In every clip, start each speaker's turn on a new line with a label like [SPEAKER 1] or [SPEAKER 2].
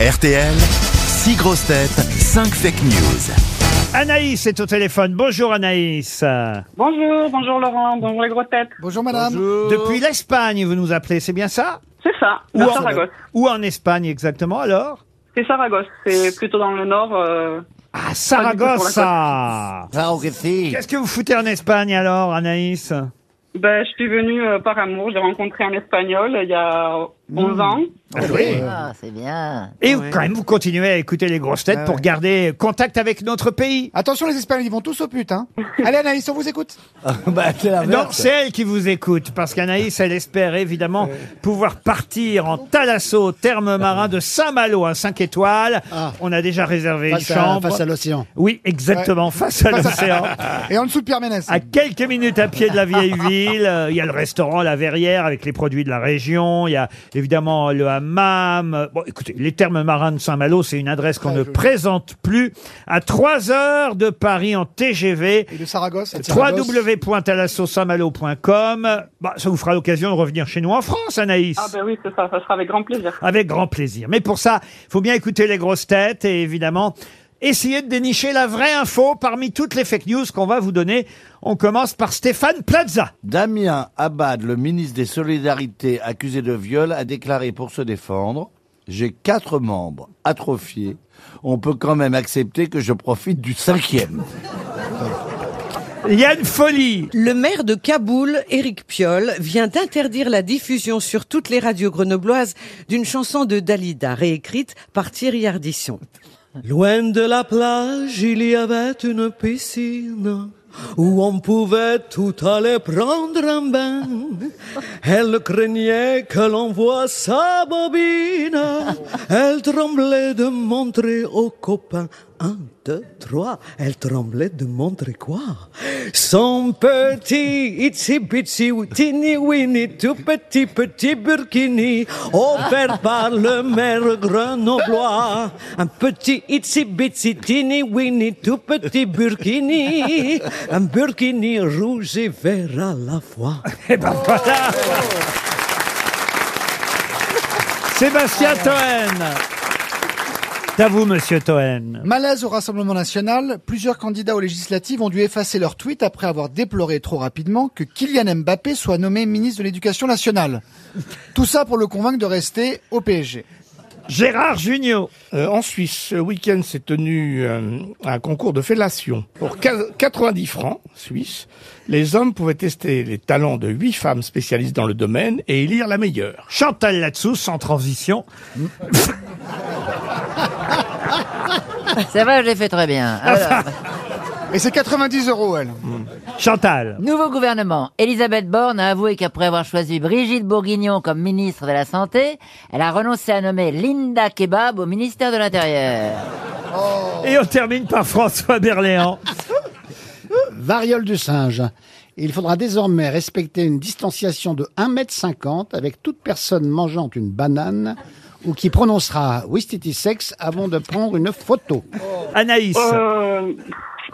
[SPEAKER 1] RTL, 6 grosses têtes, 5 fake news.
[SPEAKER 2] Anaïs est au téléphone. Bonjour Anaïs.
[SPEAKER 3] Bonjour, bonjour Laurent, bonjour les grosses têtes.
[SPEAKER 4] Bonjour madame.
[SPEAKER 2] Depuis l'Espagne, vous nous appelez, c'est bien ça
[SPEAKER 3] C'est ça,
[SPEAKER 2] Ou
[SPEAKER 3] vers
[SPEAKER 2] en-
[SPEAKER 3] Saragosse.
[SPEAKER 2] Où en Espagne exactement alors
[SPEAKER 3] C'est Saragosse, c'est plutôt dans le nord. euh,
[SPEAKER 2] Ah,
[SPEAKER 3] Pas du tout sur
[SPEAKER 2] Saragosse Qu'est-ce que vous foutez en Espagne alors, Anaïs
[SPEAKER 3] Ben, je suis venue euh, par amour, j'ai rencontré un Espagnol euh, il y a 11 ans.
[SPEAKER 2] Ah oui.
[SPEAKER 5] Ah, c'est bien.
[SPEAKER 2] Et quand même, vous continuez à écouter les grosses têtes
[SPEAKER 4] Ah
[SPEAKER 2] pour
[SPEAKER 4] ouais.
[SPEAKER 2] garder contact avec notre pays.
[SPEAKER 4] Attention les Espagnols, ils vont tous au pute. Hein. Allez Anaïs, on vous écoute.
[SPEAKER 2] Non, c'est elle qui vous écoute, parce qu'Anaïs, elle espère évidemment pouvoir partir en thalasso, terme marin de Saint-Malo, un 5 étoiles.
[SPEAKER 6] Ah.
[SPEAKER 2] On a déjà réservé
[SPEAKER 6] face
[SPEAKER 2] une
[SPEAKER 6] à,
[SPEAKER 2] chambre.
[SPEAKER 6] face à l'océan.
[SPEAKER 2] Oui, exactement, face à l'océan.
[SPEAKER 4] Et en dessous de Pierre Ménès.
[SPEAKER 2] À quelques minutes à pied de la vieille ville, euh, il y a le restaurant La Verrière avec les produits de la région, il y a évidemment le hammam. Bon, écoutez, les thermes marins de Saint-Malo, c'est une adresse qu'on
[SPEAKER 4] Très
[SPEAKER 2] ne
[SPEAKER 4] joli.
[SPEAKER 2] présente plus. À 3 heures de Paris en TGV,
[SPEAKER 4] Et de Saragosse. Saragosse.
[SPEAKER 2] www.talasso-saint-malo.com. Bah, ça vous fera l'occasion de revenir chez nous en France, Anaïs.
[SPEAKER 3] Ah ben oui, c'est ça, ça sera avec grand plaisir.
[SPEAKER 2] Avec grand plaisir. Mais pour ça, faut bien écouter les grosses têtes et évidemment essayer de dénicher la vraie info parmi toutes les fake news qu'on va vous donner. On commence par Stéphane Plaza.
[SPEAKER 7] Damien Abad, le ministre des Solidarités accusé de viol, a déclaré pour se défendre J'ai quatre membres atrophiés. On peut quand même accepter que je profite du cinquième.
[SPEAKER 2] Yann Folie.
[SPEAKER 8] Le maire de Kaboul, Éric Piolle, vient d'interdire la diffusion sur toutes les radios grenobloises d'une chanson de Dalida réécrite par Thierry Ardisson. Loin de la plage, il y avait une piscine où on pouvait tout aller prendre un bain. Elle craignait que l'on voie sa bobine. Elle tremblait de montrer aux copains. Un, deux, trois. Elle tremblait de montrer quoi Son petit itsy bitsy teeny weeny tout petit petit burkini offert par le maire grenoblois. Un petit itsy bitsy teeny weeny tout petit burkini. Un burkini rouge et vert à la fois.
[SPEAKER 2] Eh ben voilà. Sébastien Toen. C'est à vous, monsieur Toen.
[SPEAKER 4] Malaise au Rassemblement national, plusieurs candidats aux législatives ont dû effacer leur tweet après avoir déploré trop rapidement que Kylian Mbappé soit nommé ministre de l'Éducation nationale. Tout ça pour le convaincre de rester au PSG.
[SPEAKER 2] Gérard Junior.
[SPEAKER 9] Euh, en Suisse, ce week-end s'est tenu euh, un concours de fellation. Pour 15 90 francs suisses, les hommes pouvaient tester les talents de huit femmes spécialistes dans le domaine et élire la meilleure.
[SPEAKER 2] Chantal là-dessous, sans transition.
[SPEAKER 5] Ça va, je l'ai fait très bien. Alors,
[SPEAKER 4] Et c'est 90 euros, elle.
[SPEAKER 2] Chantal.
[SPEAKER 5] nouveau gouvernement. Elisabeth Borne a avoué qu'après avoir choisi Brigitte Bourguignon comme ministre de la Santé, elle a renoncé à nommer Linda Kebab au ministère de l'Intérieur.
[SPEAKER 2] Et on termine par François Berléand.
[SPEAKER 6] Variole du singe. Il faudra désormais respecter une distanciation de 1m50 avec toute personne mangeant une banane ou qui prononcera Wistiti Sex avant de prendre une photo.
[SPEAKER 2] Anaïs.
[SPEAKER 3] Euh,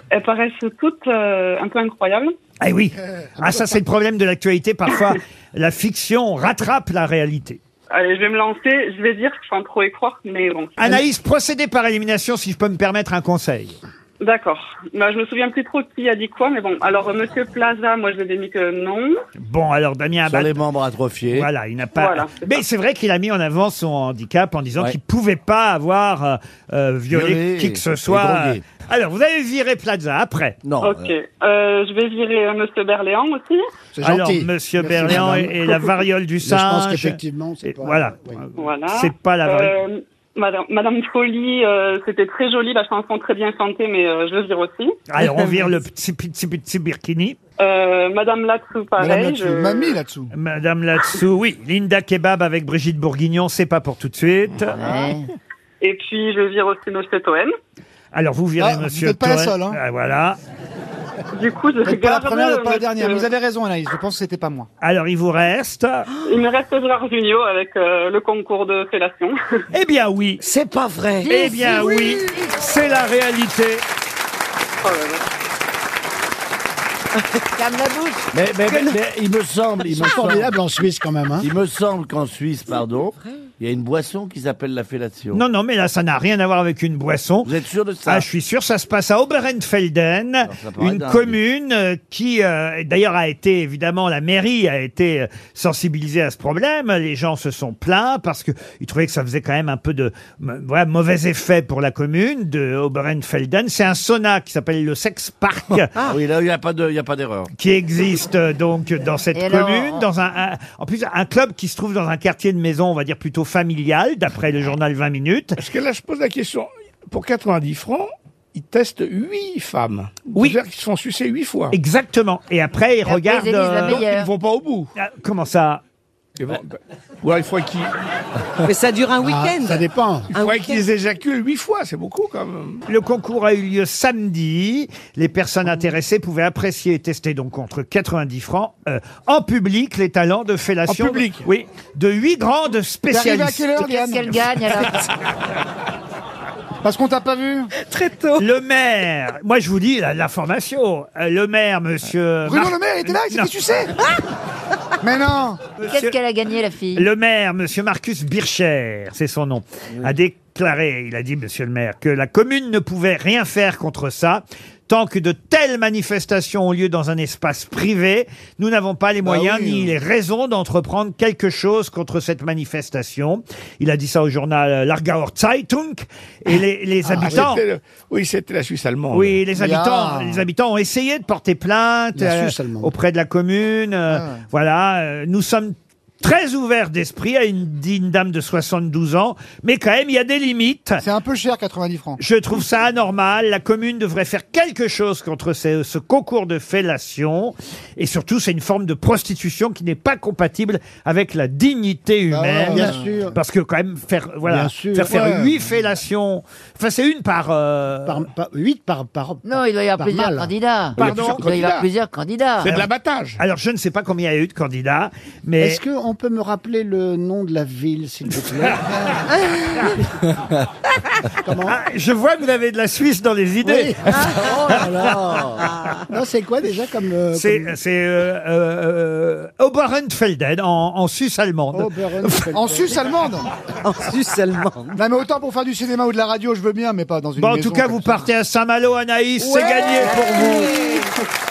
[SPEAKER 3] elles paraissent toutes euh, un peu incroyables.
[SPEAKER 2] Ah oui. Ah ça c'est le problème de l'actualité. Parfois, la fiction rattrape la réalité.
[SPEAKER 3] Allez, je vais me lancer, je vais dire sans trop y croire, mais bon.
[SPEAKER 2] Anaïs, procédez par élimination si je peux me permettre un conseil.
[SPEAKER 3] D'accord. Bah, je me souviens plus trop qui a dit quoi, mais bon. Alors, euh, Monsieur Plaza, moi je l'avais mis que non.
[SPEAKER 2] Bon, alors Damien
[SPEAKER 7] Sur
[SPEAKER 2] Abad,
[SPEAKER 7] les membres atrophiés.
[SPEAKER 2] voilà, il n'a pas...
[SPEAKER 3] Voilà, c'est
[SPEAKER 2] Mais c'est vrai qu'il a mis en avant son handicap en disant
[SPEAKER 7] Ouais.
[SPEAKER 2] qu'il pouvait pas avoir euh, euh, violé
[SPEAKER 7] Violé
[SPEAKER 2] qui que ce
[SPEAKER 7] et
[SPEAKER 2] soit.
[SPEAKER 7] drogué.
[SPEAKER 2] Alors, vous avez viré Plaza après.
[SPEAKER 7] Non.
[SPEAKER 3] Ok. Euh, je vais virer euh, Monsieur Berléand aussi.
[SPEAKER 6] C'est
[SPEAKER 2] Alors,
[SPEAKER 6] gentil.
[SPEAKER 2] Monsieur
[SPEAKER 6] Merci,
[SPEAKER 2] Berléand
[SPEAKER 6] madame.
[SPEAKER 2] et, et la variole du
[SPEAKER 6] Mais Je pense
[SPEAKER 2] singe.
[SPEAKER 6] qu'effectivement,
[SPEAKER 2] et
[SPEAKER 6] c'est pas...
[SPEAKER 2] voilà.
[SPEAKER 6] Oui.
[SPEAKER 3] Voilà.
[SPEAKER 2] C'est pas la variole.
[SPEAKER 3] Euh, Madame, Madame Folie, euh, c'était très joli, la chanson très bien chantée, mais euh, je le vire aussi.
[SPEAKER 2] Alors, on vire le petit petit petit birkini.
[SPEAKER 3] Euh, Madame Latsou,
[SPEAKER 4] Madame
[SPEAKER 3] pareil.
[SPEAKER 4] là-dessous.
[SPEAKER 3] je-
[SPEAKER 4] Mamie là-dessous.
[SPEAKER 2] Madame Latsou, oui, Linda Kebab avec Brigitte Bourguignon, c'est pas pour tout de suite.
[SPEAKER 5] Ouais.
[SPEAKER 3] Et puis je vire aussi Monsieur Toen.
[SPEAKER 2] Alors vous virez
[SPEAKER 4] Ah, vous
[SPEAKER 2] Monsieur
[SPEAKER 4] n'êtes pas la
[SPEAKER 2] Toen.
[SPEAKER 4] seule, hein.
[SPEAKER 2] Ah, voilà.
[SPEAKER 3] Du coup, je
[SPEAKER 4] Vous êtes pas la
[SPEAKER 3] garde.
[SPEAKER 4] première, vous êtes pas la dernière.
[SPEAKER 3] monsieur-
[SPEAKER 4] Vous avez raison, Anaïs. Je pense que c'était pas moi.
[SPEAKER 2] Alors il vous reste.
[SPEAKER 3] Il me reste Gérard Junior avec euh, le concours de fellation.
[SPEAKER 2] Eh bien oui.
[SPEAKER 8] C'est pas vrai.
[SPEAKER 2] Eh bien oui. C'est la réalité.
[SPEAKER 3] Oh là là.
[SPEAKER 5] Ferme la bouche.
[SPEAKER 7] Mais, mais- mais- mais il me semble, il
[SPEAKER 6] Ils
[SPEAKER 7] me
[SPEAKER 6] sont
[SPEAKER 7] semble,
[SPEAKER 6] formidables en Suisse quand même. Hein.
[SPEAKER 7] il me semble qu'en Suisse, pardon, il y a une boisson qui s'appelle la fellation.
[SPEAKER 2] Non, non, mais là, ça n'a rien à voir avec une boisson.
[SPEAKER 7] Vous êtes sûr de ça
[SPEAKER 2] Ah, je suis sûr, ça se passe à Oberenfelden,
[SPEAKER 7] ça paraît
[SPEAKER 2] une
[SPEAKER 7] dingue.
[SPEAKER 2] commune euh, qui, euh, d'ailleurs, a été, évidemment, la mairie a été euh, sensibilisée à ce problème. Les gens se sont plaints parce que ils trouvaient que ça faisait quand même un peu de m- voilà, mauvais effet pour la commune de Oberenfelden. C'est un sauna qui s'appelle le Sex Park.
[SPEAKER 7] Ah Oui, là, il n'y a pas de- il y a pas d'erreur.
[SPEAKER 2] qui existe euh, donc dans cette
[SPEAKER 5] Et alors,
[SPEAKER 2] commune,
[SPEAKER 5] on-
[SPEAKER 2] dans un, un- en plus un club qui se trouve dans un quartier de maison, on va dire plutôt familial, d'après le journal 20 minutes.
[SPEAKER 9] Parce que là, je pose la question. Pour 90 francs, ils testent 8 femmes.
[SPEAKER 2] Oui.
[SPEAKER 9] C'est-à-dire qu'ils se font sucer 8 fois.
[SPEAKER 2] Exactement. Et après, ils
[SPEAKER 5] après, ils
[SPEAKER 2] regardent. euh,
[SPEAKER 5] élisent la
[SPEAKER 9] Donc, ils ne
[SPEAKER 5] D'ailleurs.
[SPEAKER 9] vont pas au bout.
[SPEAKER 2] Ah, Comment ça
[SPEAKER 9] Et bon, bah, ouais, il faudrait qu'ils
[SPEAKER 8] Mais ça dure un
[SPEAKER 6] Ah,
[SPEAKER 8] week-end.
[SPEAKER 6] ça dépend.
[SPEAKER 9] il
[SPEAKER 8] Un
[SPEAKER 9] faudrait
[SPEAKER 8] week-end.
[SPEAKER 9] qu'ils éjaculent 8 fois. C'est beaucoup, quand même.
[SPEAKER 2] Le concours a eu lieu samedi. Les personnes intéressées pouvaient apprécier et tester donc contre 90 francs euh, en public les talents de fellation.
[SPEAKER 9] En public
[SPEAKER 2] Oui, de huit grandes
[SPEAKER 4] T'arrives à
[SPEAKER 2] spécialistes.
[SPEAKER 4] quelle heure,
[SPEAKER 5] Qu'est-ce
[SPEAKER 4] Diane
[SPEAKER 5] qu'elle gagne alors
[SPEAKER 4] Parce qu'on t'a pas vu.
[SPEAKER 8] Très tôt.
[SPEAKER 2] Le maire, moi je vous dis la- l'information. Euh, Le maire, monsieur.
[SPEAKER 4] Bruno
[SPEAKER 2] Mar-
[SPEAKER 4] Le Maire il était là, il s'est
[SPEAKER 2] Non.
[SPEAKER 4] fait sucer. Hein Mais non.
[SPEAKER 5] Qu'est-ce qu'elle a gagné la fille
[SPEAKER 2] Le maire, monsieur Marcus Bircher, c'est son nom, a déclaré, il a dit, monsieur le maire, que la commune ne pouvait rien faire contre ça. Tant que de telles manifestations ont lieu dans un espace privé, nous n'avons pas les moyens
[SPEAKER 7] oui.
[SPEAKER 2] ni les raisons d'entreprendre quelque chose contre cette manifestation. Il a dit ça au journal Largauer Zeitung et les, les habitants.
[SPEAKER 9] C'était le- Ah, Oui, c'était la Suisse
[SPEAKER 6] Oh,
[SPEAKER 9] allemande.
[SPEAKER 2] Oui, les
[SPEAKER 6] Il y a-
[SPEAKER 2] habitants, les habitants ont essayé de porter plainte euh,
[SPEAKER 6] La Suisse allemande.
[SPEAKER 2] auprès de la commune. euh,
[SPEAKER 4] Ah.
[SPEAKER 2] Voilà, euh, nous sommes très ouverts d'esprit à une, dit une dame de 72 ans, mais quand même, il y a des limites.
[SPEAKER 4] C'est un peu cher, 90 francs.
[SPEAKER 2] Je trouve ça anormal. La commune devrait faire quelque chose contre ce, ce concours de fellation. Et surtout, c'est une forme de prostitution qui n'est pas compatible avec la dignité humaine.
[SPEAKER 6] Bah bien sûr.
[SPEAKER 2] Parce que quand même, faire, voilà,
[SPEAKER 6] Bien sûr,
[SPEAKER 2] faire, faire
[SPEAKER 6] ouais.
[SPEAKER 2] huit fellations, enfin, c'est une par, euh,
[SPEAKER 6] Par, 8 par, par.
[SPEAKER 5] Non, il doit y avoir
[SPEAKER 6] Par
[SPEAKER 5] plusieurs
[SPEAKER 6] mal.
[SPEAKER 5] candidats.
[SPEAKER 9] Il y a
[SPEAKER 5] Il
[SPEAKER 9] plusieurs
[SPEAKER 5] doit y avoir
[SPEAKER 9] candidats.
[SPEAKER 5] plusieurs candidats.
[SPEAKER 9] C'est de l'abattage.
[SPEAKER 2] Alors, je ne sais pas combien il y a eu de candidats, mais
[SPEAKER 6] Est-ce qu'on peut me rappeler le nom de la ville, s'il vous plaît
[SPEAKER 2] Ah, je vois que vous avez de la Suisse dans les idées. Ah,
[SPEAKER 6] Oui. Oh là là. Non, c'est quoi déjà comme. euh,
[SPEAKER 2] C'est
[SPEAKER 6] comme-
[SPEAKER 2] c'est, euh, euh, Oberenfelden, en, en Suisse allemande.
[SPEAKER 6] Oberen-
[SPEAKER 4] En Suisse allemande.
[SPEAKER 8] En Suisse allemande.
[SPEAKER 4] Non, mais autant pour faire du cinéma ou de la radio, je veux bien, mais pas dans une
[SPEAKER 2] Bon, en
[SPEAKER 4] maison
[SPEAKER 2] tout cas,
[SPEAKER 4] comme
[SPEAKER 2] vous
[SPEAKER 4] ça.
[SPEAKER 2] partez à Saint-Malo, Anaïs, c'est gagné pour vous.